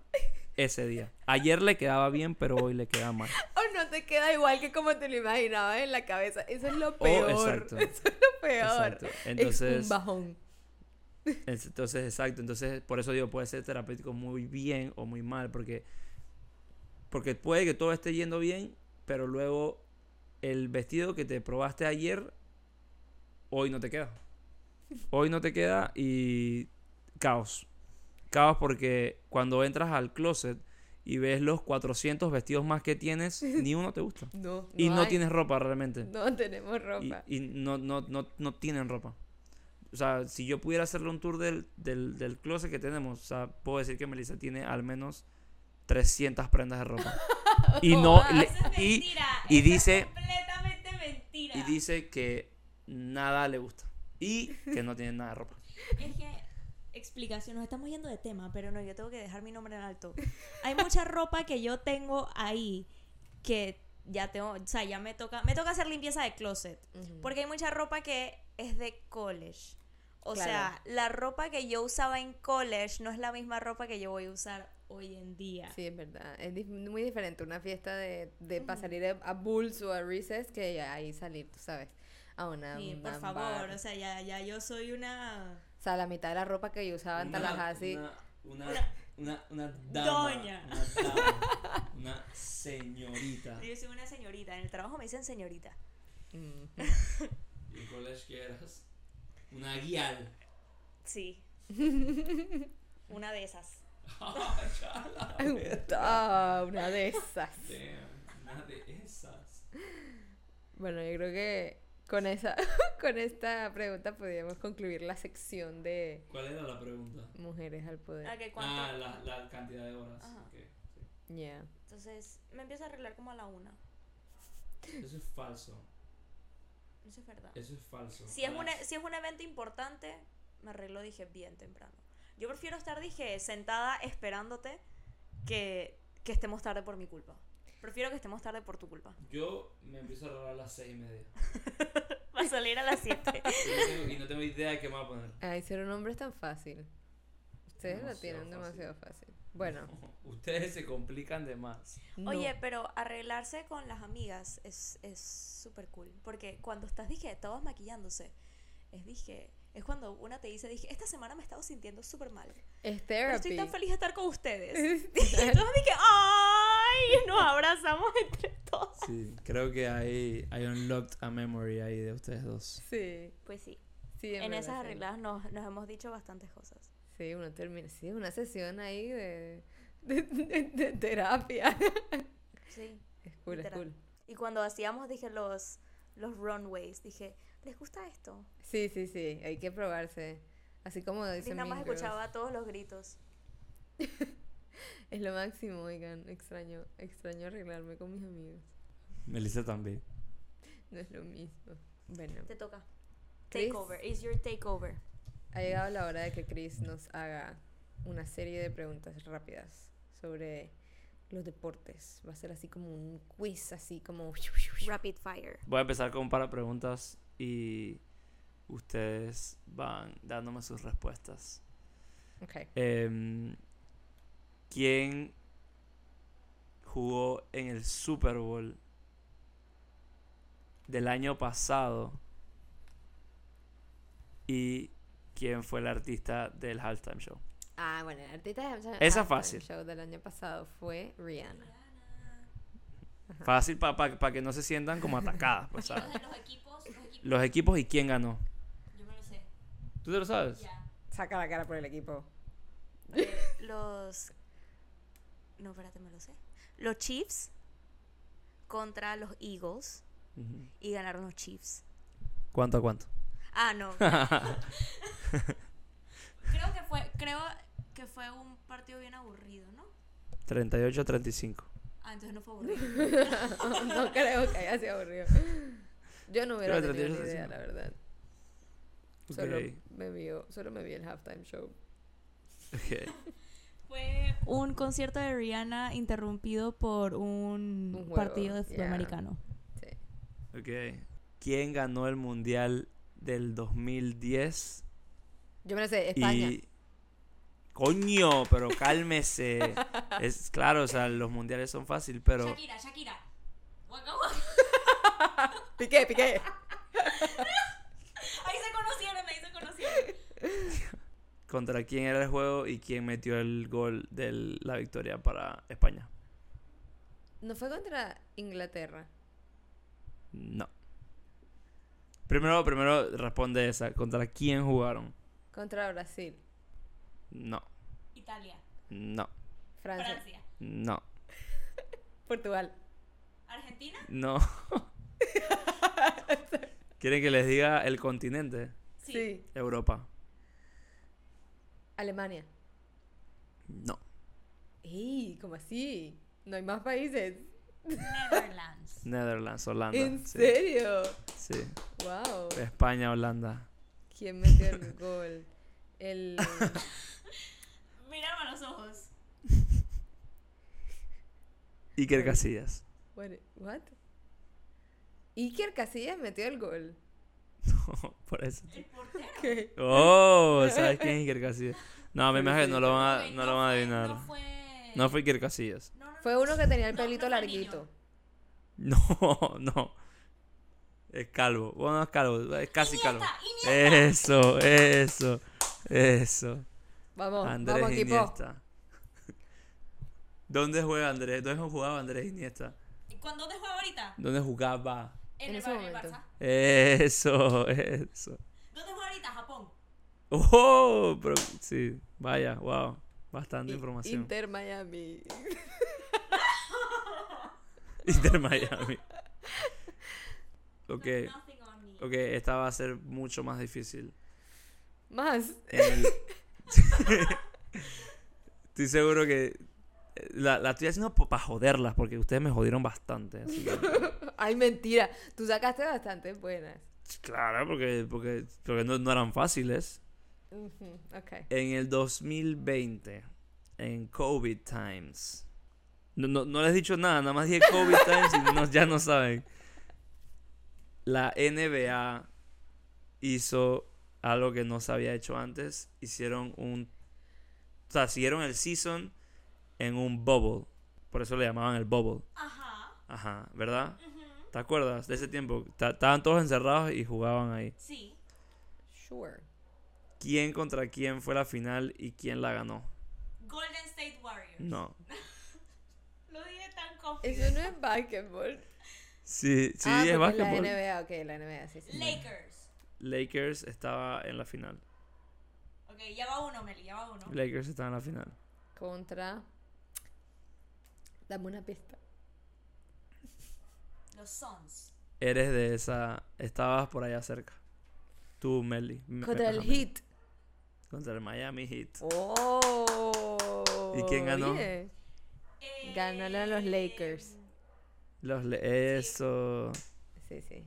ese día. Ayer le quedaba bien, pero hoy le queda mal.
O Oh, no te queda igual que como te lo imaginabas en la cabeza. Eso es lo
Oh,
peor.
exacto.
Eso es lo peor.
Exacto.
es un
Entonces,
bajón.
Es- Entonces, exacto. Entonces, por eso digo, puede ser terapéutico muy bien o muy mal, porque, porque puede que todo esté yendo bien, pero luego el vestido que te probaste ayer, hoy no te queda. Hoy no te queda y caos. Caos porque cuando entras al closet y ves los 400 vestidos más que tienes, ni uno te gusta.
No,
Y no
hay-
tienes ropa realmente
no tenemos
y-
ropa.
Y, no, no, no, no tienen ropa. O sea, si yo pudiera hacerle un tour del, del, del closet que tenemos, o sea, puedo decir que Melissa tiene al menos 300 prendas de ropa. y no
wow.
le-
Eso es
y,
mentira.
y
eso es
dice-
completamente mentira.
y dice que nada le gusta. Y que no tiene nada de ropa.
Es que, explicación, nos estamos yendo de tema, pero no, yo tengo que dejar mi nombre en alto. Hay mucha ropa que yo tengo ahí que ya tengo, o sea, ya me toca, me toca hacer limpieza de closet.
Ujú.
Porque hay mucha ropa que es de college. O
Claro.
sea, la ropa que yo usaba en college no es la misma ropa que yo voy a usar hoy en día.
Sí, es verdad. Es dif- muy diferente una fiesta de, de pa' salir a, a Bulls o a Recess que ahí salir, tú sabes, a una.
Sí, por
una
favor,
bar.
o sea, ya, ya yo soy una
O sea, la mitad de la ropa que yo usaba en Tallahassee.
Una, una,
dama, Doña.
Una, señorita.
yo soy una señorita, en el trabajo me dicen señorita.
Mm.
¿En college qué eras? Una guial.
Sí. una de esas.
Ah, una de esas.
una de esas.
Bueno, yo creo que con esa con esta pregunta podríamos concluir la sección de
¿Cuál era la pregunta?
mujeres al
Ah,
poder.
que cuánto-
Ah, la, la cantidad de horas.
Ajá.
ok,
Yeah.
Entonces, me empiezo a arreglar como a la una.
sí. Eso es falso.
Eso es verdad.
Eso es falso.
Si es,
A
una,
las-
si es un evento importante, me arreglo, dije, bien temprano. Yo prefiero estar, dije, sentada esperándote que, que estemos tarde por mi culpa. Prefiero que estemos tarde por tu culpa.
Yo me empiezo a robar a las seis y media.
Va a salir a las 7.
Yo no tengo- y no tengo idea de qué me va a poner.
Ay, ser un hombre es tan fácil. Ustedes lo
Demasiado
tienen
fácil.
demasiado fácil. Bueno.
Ustedes se complican de más.
no.
Oye, pero arreglarse con las amigas es es súper cool. Porque cuando estás, dije, todos maquillándose, es, dije, es cuando una te dice, dije, esta semana me he estado sintiendo súper mal. Pero
es therapy.
estoy tan feliz de estar con ustedes. Y
feliz.
todos dije, ¡ay! Nos abrazamos entre todos.
Sí, creo que hay, hay unlocked a memory ahí de ustedes dos.
sí.
Pues sí,
Sí,
en
verdad,
esas
sí.
arregladas nos, nos hemos dicho bastantes cosas.
Sí, uno termina. Sí, una sesión ahí de, de, de- de terapia.
Sí.
Es cool, es
Literal.
cool.
Y cuando hacíamos, dije, los, los runways, dije, ¿les gusta esto?
Sí, sí, sí, hay que probarse. Así como
Y
dicen
nada más
Mean Girls.
escuchaba todos los gritos.
Es lo máximo, oigan. Extraño, extraño arreglarme con mis amigos.
Melissa también.
No es lo mismo. Bueno,
Te toca.
Chris.
Takeover, is your takeover.
ha llegado la hora de que Chris nos haga una serie de preguntas rápidas sobre los deportes. Va a ser así como un quiz, así como...
Rapid fire.
Voy a empezar con un par de preguntas y ustedes van dándome sus respuestas.
Ok.
Em, ¿Quién jugó en el Super Bowl del año pasado y quién fue el artista del halftime show.
Ah, bueno, el artista de Halftime
Esa
Halftime
fácil.
Show del año pasado fue Rihanna.
Fácil para que no se sientan como atacadas. pues, ¿sabes?
Los de los equipos, los equipos,
Los equipos y quién ganó.
yo me lo sé.
¿Tú te lo sabes?
Ya.
Saca la cara por el equipo.
Eh, Los. No, espérate, me lo sé. Los Chiefs contra los Eagles
Ujú.
y ganaron los Chiefs.
¿Cuánto a cuánto?
Ah, no. creo que fue, creo que fue un partido bien aburrido, ¿no?
38 35.
Ah, entonces no fue aburrido.
no creo que haya sido aburrido. Yo no hubiera
Creo que
tenido ni
te
idea,
tienes
la verdad.
Ok,
Solo me vio, solo me vi el halftime show.
ok.
Fue un concierto de Rihanna interrumpido por un,
Un juego,
partido de fútbol
ya.
americano.
Sí.
Ok. ¿Quién ganó el mundial del 2010?
Yo me lo sé, España.
Y. Coño, pero cálmese. es claro, o sea, los mundiales son fácil, pero.
Shakira, Shakira. Waka waka.
Piqué, piqué.
Ahí se conocieron, ahí se conocieron.
¿Contra quién era el juego y quién metió el gol de la victoria para España?
No fue contra Inglaterra.
No. Primero, primero responde esa. ¿Contra quién jugaron?
Contra Brasil.
No.
Italia,
No.
Francia.
Francia,
No.
Portugal.
Argentina.
No. ¿Quieren que les diga el continente?
Sí.
Sí.
Europa.
Alemania.
No.
¡Ey! ¿Cómo así? No hay más países.
Netherlands.
Netherlands, Holanda.
¿En
sí,
serio?
sí.
¡Wow!
España, Holanda.
¿Quién metió el gol? El.
Mírame a los ojos.
Iker
Bueno.
Casillas.
What? what? Iker Casillas metió el gol.
Por eso.
El portero.
¿Qué?
Oh, ¿sabes quién es Iker Casillas? No, me
Sí,
imagino que
sí.
no lo van a,
Ok,
no lo van a
fue-
adivinar.
No fue.
No fue Iker Casillas.
No, no, no.
Fue uno que tenía el
No, no
pelito
fue
larguito.
niño.
No, no. Es calvo. Bueno, no es calvo, es casi calvo.
Iniesta,
Eso, eso, eso.
Vamos,
Andrés
vamos equipo.
Iniesta. ¿Dónde juega Andrés? ¿Dónde jugaba Andrés Iniesta?
¿Y ¿Cuándo te juega ahorita?
¿Dónde jugaba?
En,
En
el,
ese
Bar- el
momento.
Barça.
Eso, eso.
¿Dónde juega ahorita? Japón.
Oh, pero sí, vaya, wow. Bastante
I-
información.
Inter Miami.
Inter Miami. Ok,
Nothing on me.
ok, esta va a ser mucho más difícil.
Más.
En el- Estoy seguro que eh, la, la estoy haciendo para joderlas, porque ustedes me jodieron bastante. así que-
Ay, mentira. Tú sacaste bastante buenas.
Claro, porque, porque, porque no, no eran fáciles.
Ujú, Ok.
En el 2020, en COVID Times. No, no, no les he dicho nada, nada más dije COVID Times y no- ya no saben. La NBA hizo algo que no se había hecho antes. Hicieron un. O sea, siguieron el season en un bubble. Por eso le llamaban el bubble.
Ajá.
Ajá, ¿verdad?
ujú,
¿Te acuerdas de ese tiempo? Ta- Estaban todos encerrados y jugaban ahí.
Sí.
Sure.
¿Quién contra quién fue la final y quién la ganó?
Golden State Warriors.
No.
Lo dije tan confident.
Eso no es basketball.
Sí, sí,
Ah,
es
porque La
básquetbol.
NBA, ok, la NBA, sí, sí.
Lakers.
Lakers estaba en la final.
Ok, ya va uno, Meli, ya va uno.
Lakers estaba en la final.
Contra. Dame una pista.
Los Suns.
Eres de esa. Estabas por allá cerca. Tú, Meli. Me-
Contra el
Benjamín.
Heat.
Contra el Miami Heat.
Oh.
¿Y quién ganó?
oye.
Eh, em,
Ganaron los Lakers.
Los le- Eso.
Sí, sí.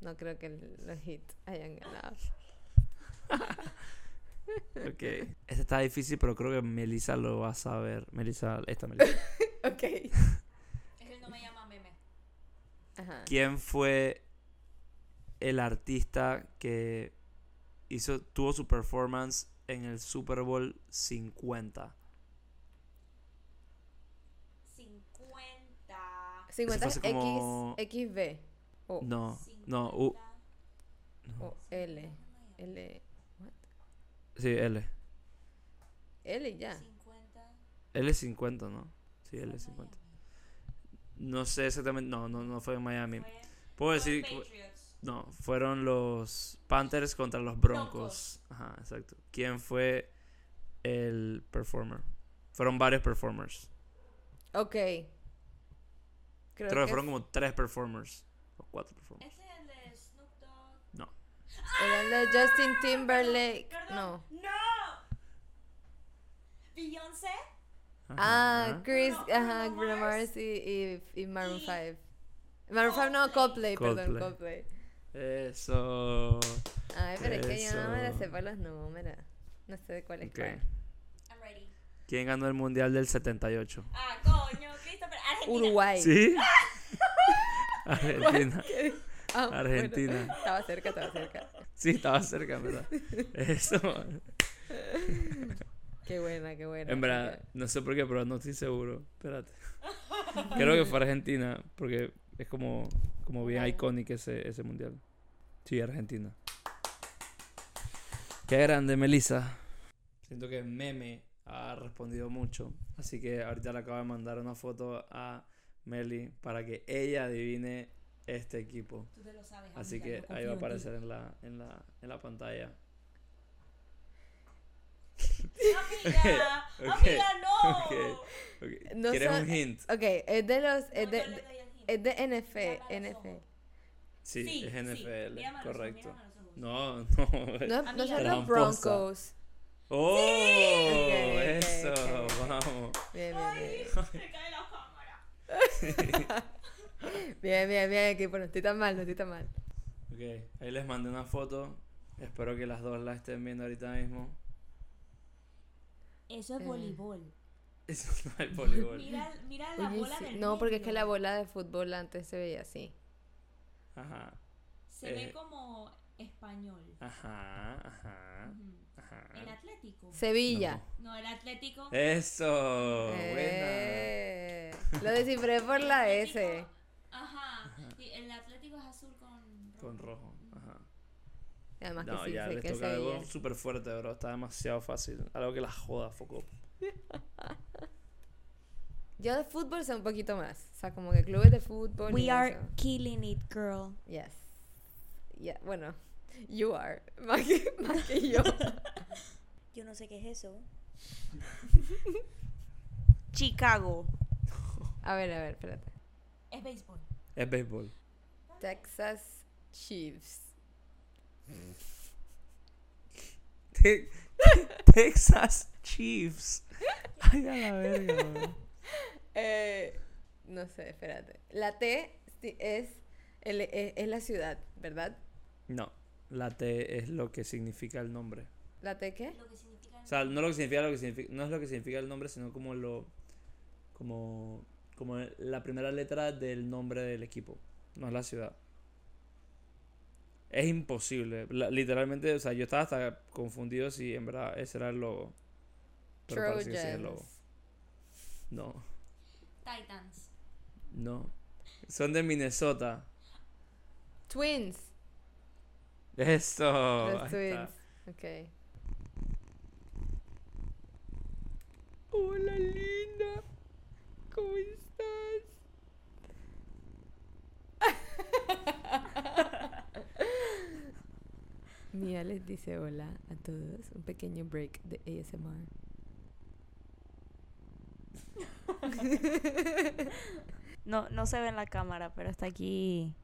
No creo que el- los Heat hayan ganado.
Ok. Este está difícil, pero creo que Melissa lo va a saber. Melissa, esta Melissa.
Ok.
Es el no me llama meme.
Ajá.
¿Quién fue el artista que hizo, tuvo su performance en el Super Bowl 50?
50.
50
Eso fue hace como-
X, XB. O,
No, no, U,
o L. L. what?
sí, L.
L ya.
L50, ¿no? Sí, L50. No sé exactamente, no, no, no fue en Miami. Puedo decir, que- no, fueron los Panthers contra los Broncos. Ajá, exacto. ¿Quién fue el performer? Fueron varios performers.
Ok. Creo
Creo que
que
fueron como tres performers. O cuatro performers.
Este es el de Snoop Dogg.
No.
era el de Justin Timberlake.
Perdón.
No.
¡No! Beyoncé
Ajá.
Ah, Chris,
Bruno-
ajá,
Bruno
Bruno
Mars
Mars y, y, y Maroon
y
5. Maroon 5 no, Coldplay, perdón,
Coldplay.
Coldplay.
Eso.
Ay, pero es que yo no me la
Eso.
sé por los números. No sé de cuál es
Ok.
cuál.
I'm ready.
¿Quién ganó el mundial del 78?
Ah, coño, Christopher. Argentina.
Uruguay.
¿Sí? Argentina.
Ah, bueno,
Argentina.
estaba cerca, estaba cerca.
Sí, estaba cerca, en ¿verdad? Eso.
Qué buena, qué buena.
En verdad, no sé por qué, pero no estoy seguro. Espérate. Creo que fue Argentina, porque es como, como bien icónico ese, ese mundial. Sí, Argentina. Qué grande, Melissa. Siento que Meme ha respondido mucho. Así que ahorita le acabo de mandar una foto a Meli para que ella adivine este equipo.
Tú te lo sabes.
Así
amiga,
que
yo
ahí va a
confío en
aparecer en la, en la, en la pantalla.
ti. Amiga, amiga, no.
Ok, ok.
No
¿Quieres
son-
un hint?
Ok, es de los.
No, yo
Es
le
de,
doy el hint.
es de
Mírame a
NF.
los
NF.
ojos.
Sí,
Sí,
es
sí,
NFL,
mírame a los ojos,
correcto.
mírame a los ojos.
No, no.
No,
eh.
no
Amiga.
son los
Tramposa.
Broncos.
¡Oh!
ok,
eso,
ok.
vamos.
Bien, bien, bien.
Me cae la cámara.
Bien, bien, bien, equipo. No estoy tan mal, no estoy tan mal.
Ok, ahí les mandé una foto. Espero que las dos la estén viendo ahorita mismo.
Eso
Eh.
es voleibol.
Eso no es voleibol.
Mira, mira la
Oye,
bola
sí.
del
No, porque es que
medio.
la bola de fútbol antes se veía así.
Ajá,
Se
eh.
ve como español.
ajá, ajá,
Ujú. El
ajá.
Atlético.
Sevilla.
No.
No, el Atlético.
Eh. Eso,
Eh, lo descifré por la S.
Atlético, Ajá. Y el Atlético es azul con
buena. Con rojo, ajá.
Además
No,
que sí,
ya
sé
les
que es
toca algo
Sevilla.
súper fuerte, bro. Está demasiado fácil. Algo que la joda, foco.
Yo de fútbol sé un poquito más. O sea, como que clubes de fútbol. y
We are
eso.
killing it, girl.
Yes. Ya, Bueno, you are. Más que, más que yo.
Yo no sé qué es eso. Chicago.
A ver, a ver, espérate.
Es béisbol.
Es béisbol.
Texas Chiefs.
Te- Texas Chiefs. Ay, a la verga, bro.
Eh, no sé, espérate. La T si- es, el- es, es la ciudad, ¿verdad?
No, la T es lo que significa el nombre.
¿La T qué?
Lo que significa.
O sea, no lo que significa, lo que significa no es lo que significa el nombre, sino como lo como como la primera letra del nombre del equipo, no es la ciudad. Es imposible, la- literalmente, o sea, yo estaba hasta confundido si en verdad ese era el logo. Pero parece que sí es el logo.
Trojans.
No,
Titans.
no. Son de Minnesota.
Twins.
Eso.
Los
Oh, ahí
Twins.
está.
Ok. Hola, linda. ¿Cómo estás? Mía les dice hola a todos. Un pequeño break de ASMR.
No, no se ve en la cámara, pero está aquí.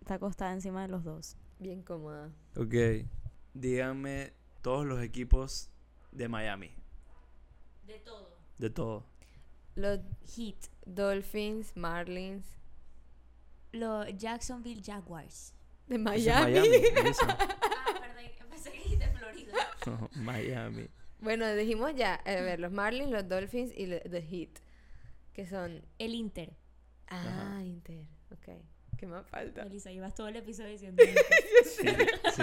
Está acostada encima de los dos.
Bien cómoda.
Ok. Díganme todos los equipos de Miami.
De todo.
De todo.
Los
Heat.
Dolphins, Marlins.
Los Jacksonville Jaguars.
De
Eso es
Miami.
Miami.
Ah, perdón. Pensé que de Florida.
eso. Miami.
Bueno, dijimos ya, a ver, los Marlins, los Dolphins y los The Heat. Que son
El Inter.
Ah, Inter. Ok. ¿Qué más falta?
Elisa, llevas todo el episodio diciendo. Inter.
Sí, sí.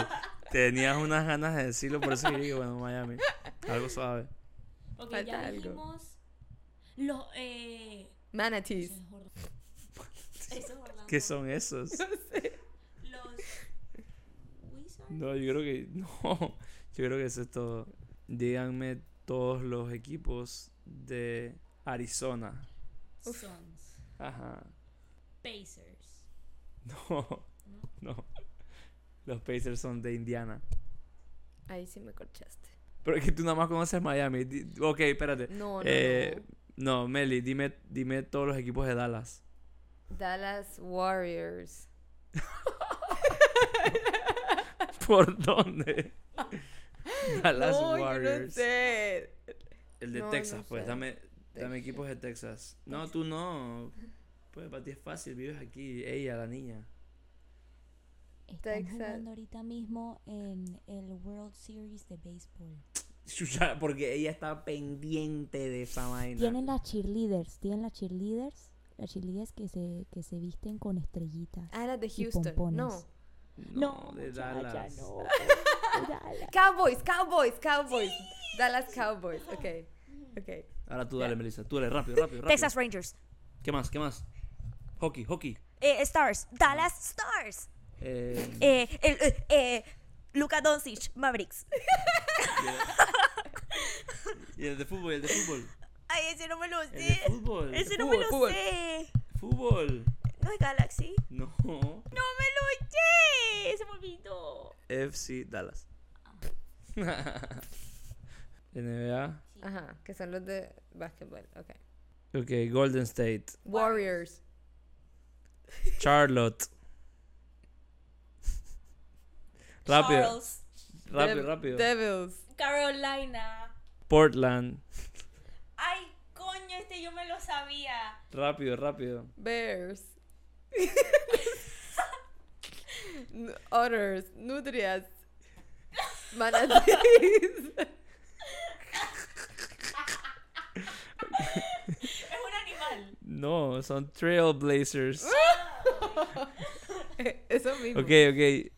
Tenías unas ganas de decirlo, por eso que dije, bueno, Miami. Algo suave.
Ok,
Falta
ya
algo.
dijimos. Los. Eh...
Manatees.
se me jodió. Eso es Orlando.
¿Qué son esos?
No sé.
Los Wizards.
No, yo creo que. No. Yo creo que eso es todo. Díganme todos los equipos de Arizona.
Uf.
Suns.
Ajá.
Pacers.
No. No. Los Pacers son de Indiana.
Ahí sí me corchaste.
Pero es que tú nada más conoces Miami. Di- Ok, espérate.
No, no,
Eh, No, Meli, dime, dime todos los equipos de Dallas.
no. Dallas Warriors.
¿Por dónde? Dallas
no, Yo no
Warriors.
sé.
El de
No,
Texas,
no
pues.
sé.
Dame, dame equipos de Texas. No, tú no. Pues para ti es fácil, vives aquí. Ella, la niña.
Están
Texas.
jugando ahorita mismo en el World Series de béisbol.
Chucha, Porque ella está pendiente de esa vaina.
Tienen las cheerleaders, tienen las cheerleaders, las cheerleaders que se, que se visten con estrellitas.
Ah, las de
Y
Houston. No.
pompones.
No, de
Ah,
muchacha,
Dallas.
no. De Dallas.
Cowboys, Cowboys, Cowboys. Dallas Cowboys. Ok. Ok.
Ahora tú dale, Melissa. Tú dale, rápido, rápido, rápido.
Texas Rangers.
¿Qué más? ¿Qué más? Hockey, hockey.
Eh, Stars. Dallas Stars.
Eh,
Eh, el, eh, eh, Luka Doncic. Mavericks.
y el de fútbol, y el de fútbol.
Ay, ese no me lo
El de
sé.
fútbol.
Ese no me
Fútbol,
lo
fútbol.
sé.
Fútbol.
¿No es Galaxy?
No.
¡No me lo sé! Se me olvidó.
FC Dallas. NBA.
Ajá. Que son los de básquetbol. Ok.
Ok, Golden State.
Warriors.
Charlotte. Rápido,
Charles.
rápido,
Dev-
rápido.
Devils.
Carolina.
Portland.
Ay, coño, este yo me lo sabía.
Rápido, rápido.
Bears. N- Otters. Nutrias. Manatees.
Es un animal.
No, son Trailblazers.
Eso mismo.
Ok, ok.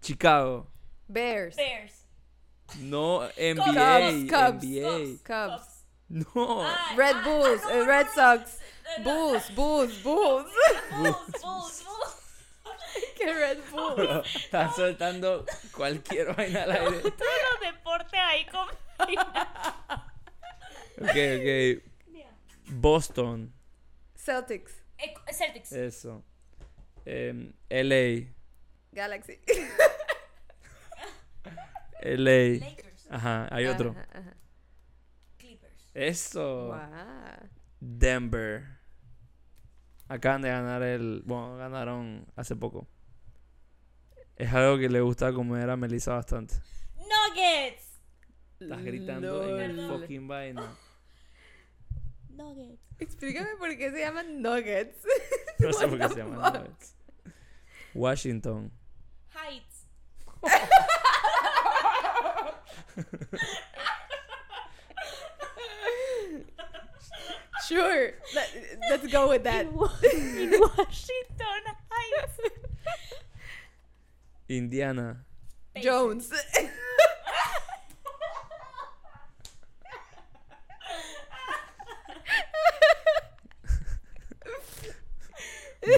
Chicago.
Bears.
Bears.
No, NBA.
Cubs,
NBA.
Cubs.
No.
Ah,
Red Bulls. eh, Red Sox.
no,
Bulls. Bulls. Bulls.
Bulls, Bulls, Bulls.
que Red Bulls.
Están soltando cualquier vaina al aire.
Todos los deportes ahí con.
Ok, ok. Boston.
Celtics.
Eh, Celtics.
Eso. Em, LA.
Galaxy.
LA.
Lakers.
Ajá, hay otro. Oh.
Ajá, ajá.
Clippers.
Eso.
Guau.
Denver. Acaban de ganar el. Bueno, ganaron hace poco. Es algo que le gusta comer a Melissa bastante.
Nuggets.
Estás gritando en el
Lol.
fucking vaina.
Nuggets.
Explícame por qué se llaman Nuggets.
No sé por qué
What the
se llama.
fuck?
Nuggets. Washington.
Heights.
Sure. Let, let's go with that.
In Wa- in Washington.
Indiana.
Jones.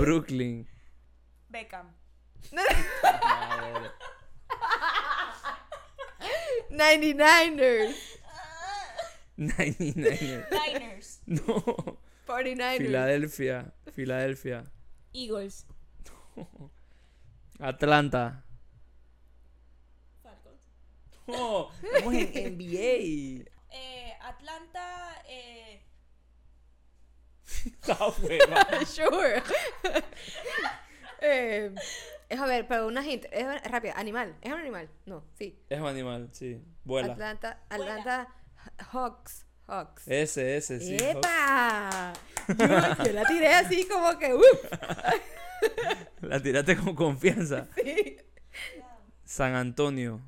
Brooklyn.
Beckham.
Madre.
99ers.
99.
Niners.
No.
49ers.
Filadelfia. Filadelfia.
Eagles.
Atlanta.
Falcons.
No, Oh, estamos en NBA.
Eh, Atlanta. Eh,
La hueva.
Sure. Eh, es a ver, para una gente. Es rápido. Animal. Es un animal. No, sí.
Es un animal, sí. Vuela.
Atlanta. Atlanta. Hawks. Hawks.
Ese, ese, Eh, sí.
¡Epa! Yo, yo la tiré así como que. ¡Uf!
La tiraste con confianza.
Sí.
San Antonio.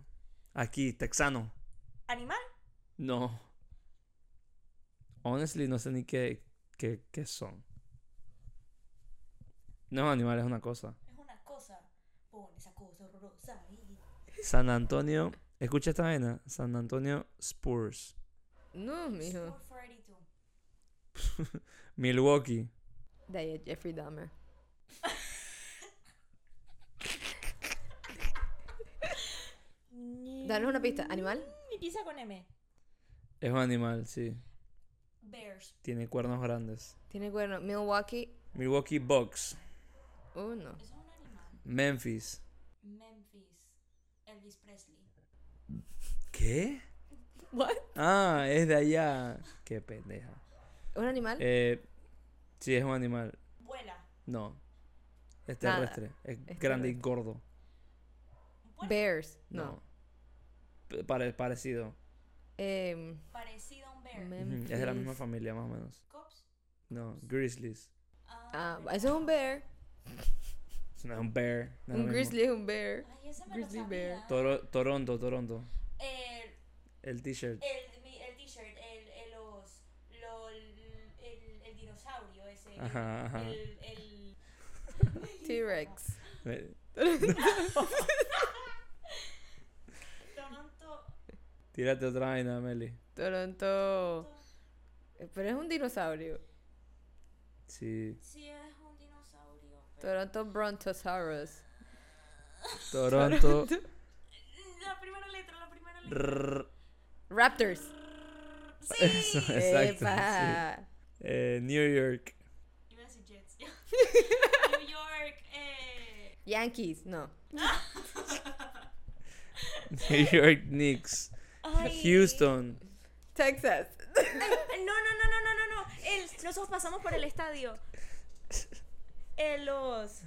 Aquí, texano.
animal.
No. Honestly, no sé ni qué, qué, qué son. No, animal es una cosa.
Es una cosa. Pon esa cosa horrorosa ahí.
San Antonio. Escucha esta vaina. San Antonio Spurs.
No, mijo.
Sport 42.
Milwaukee.
De ahí es Jeffrey Dahmer. Danos una pista. ¿Animal?
Empieza con M.
Es un animal, sí.
Bears.
Tiene cuernos grandes.
Tiene cuerno. Milwaukee.
Milwaukee Bucks.
Uh, no.
Eso es un animal.
Memphis.
Memphis. Elvis Presley.
¿Qué?
What?
Ah, es de allá. Qué pendeja.
¿Un animal?
Eh, sí, es un animal.
Vuela.
No. Es
Nada.
terrestre. Es,
Es
grande y gordo.
Bears. No.
No. P- pare- parecido.
Em,
Parecido a un bear.
Ujú, Es de la misma
Memphis.
familia, más o menos.
Cops.
No, Grizzlies.
Ah, eso es un bear.
Es una- un bear. no es lo
un
mismo.
grizzly es un bear.
Ay, ese me
Grizzly
lo
bear.
sabía.
Toro- Toronto, Toronto.
El,
El t-shirt.
el, mi- el t-shirt, el, el, los, lo- el, el dinosaurio ese.
Ajá, ajá.
El, el...
T-Rex.
Eh,
Toronto.
Tírate otra vaina, Meli.
Toronto. Eh, Pero es un dinosaurio.
Sí.
Sí, es un dinosaurio. pero-
Toronto Brontosaurus.
Toronto.
La primera letra, la primera letra.
rrr,
Raptors.
eso, exacto. sí.
Epa.
Eh, New York.
Iba a decir Jets. New York. Eh...
Yankees. No.
New York Knicks.
Ay.
Houston.
Texas.
No, no, no, no, no, no, no. El- nosotros pasamos por el estadio. Eh, los.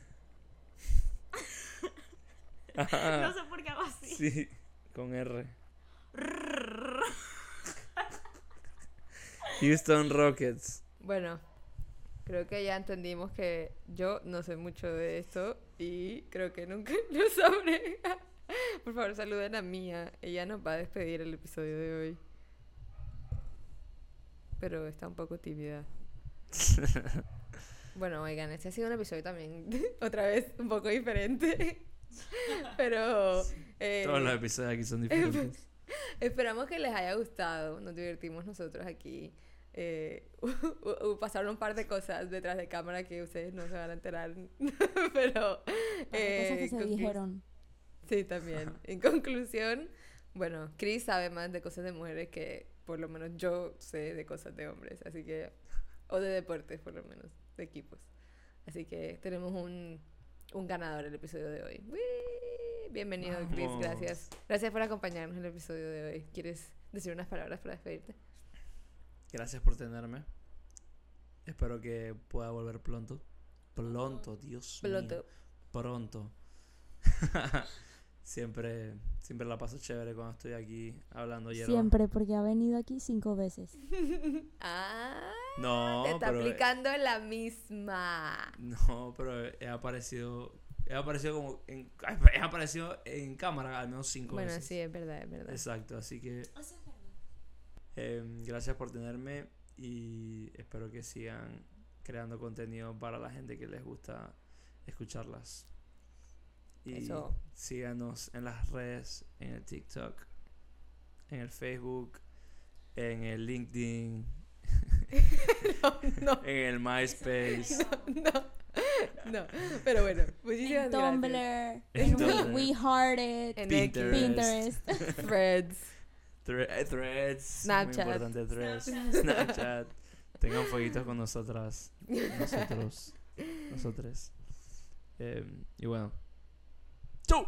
Ajá.
No sé por qué hago así.
Sí, con R. Houston Rockets.
Bueno, creo que ya entendimos que yo no sé mucho de esto y creo que nunca lo sabré. Por favor, saluden a Mía. Ella nos va a despedir el episodio de hoy. Pero está un poco tímida. Bueno, oigan, este ha sido un episodio también, otra vez, un poco diferente. Pero... eh,
Todos los episodios aquí son diferentes.
Esperamos que les haya gustado. Nos divertimos nosotros aquí. Eh, u- u- pasaron un par de cosas detrás de cámara que ustedes no se van a enterar. pero. eh,
cosas que se
conclu-
dijeron.
Sí, también. En conclusión, bueno, Chris sabe más de cosas de mujeres que por lo menos yo sé de cosas de hombres. Así que. O de deportes, por lo menos. De equipos. Así que tenemos un, un ganador el episodio de hoy. ¡Wii! Bienvenido, Chris.
Vamos.
Gracias. Gracias por acompañarnos en el episodio de hoy. ¿Quieres decir unas palabras para despedirte?
Gracias por tenerme. Espero que pueda volver pronto. Pronto, Dios. mío.
Pronto.
Pronto. siempre, siempre la paso chévere cuando estoy aquí hablando hierba.
Siempre, porque ha venido aquí cinco veces.
Ah,
No,
te está
pero
aplicando la misma.
No, pero he aparecido. He aparecido como. En, he aparecido en cámara al menos cinco
Bueno,
veces.
sí, es verdad, es verdad.
Exacto, así que
Eso es verdad.
eh, gracias por tenerme y espero que sigan creando contenido para la gente que les gusta escucharlas. Y
Eso.
síganos en las redes, en el TikTok, en el Facebook, en el LinkedIn,
No,
en el MySpace.
no, no. Pero bueno, muchísimas
En
gracias.
Tumblr,
En
en
Tumblr.
We, We Hearted,
En
Pinterest.
Pinterest.
Threads.
Thre- eh, threads.
Snapchat.
Muy importante threads. Snapchat. Tengan fueguitos con nosotras. Nosotros. Nosotres. Em, y bueno. ¡Chau!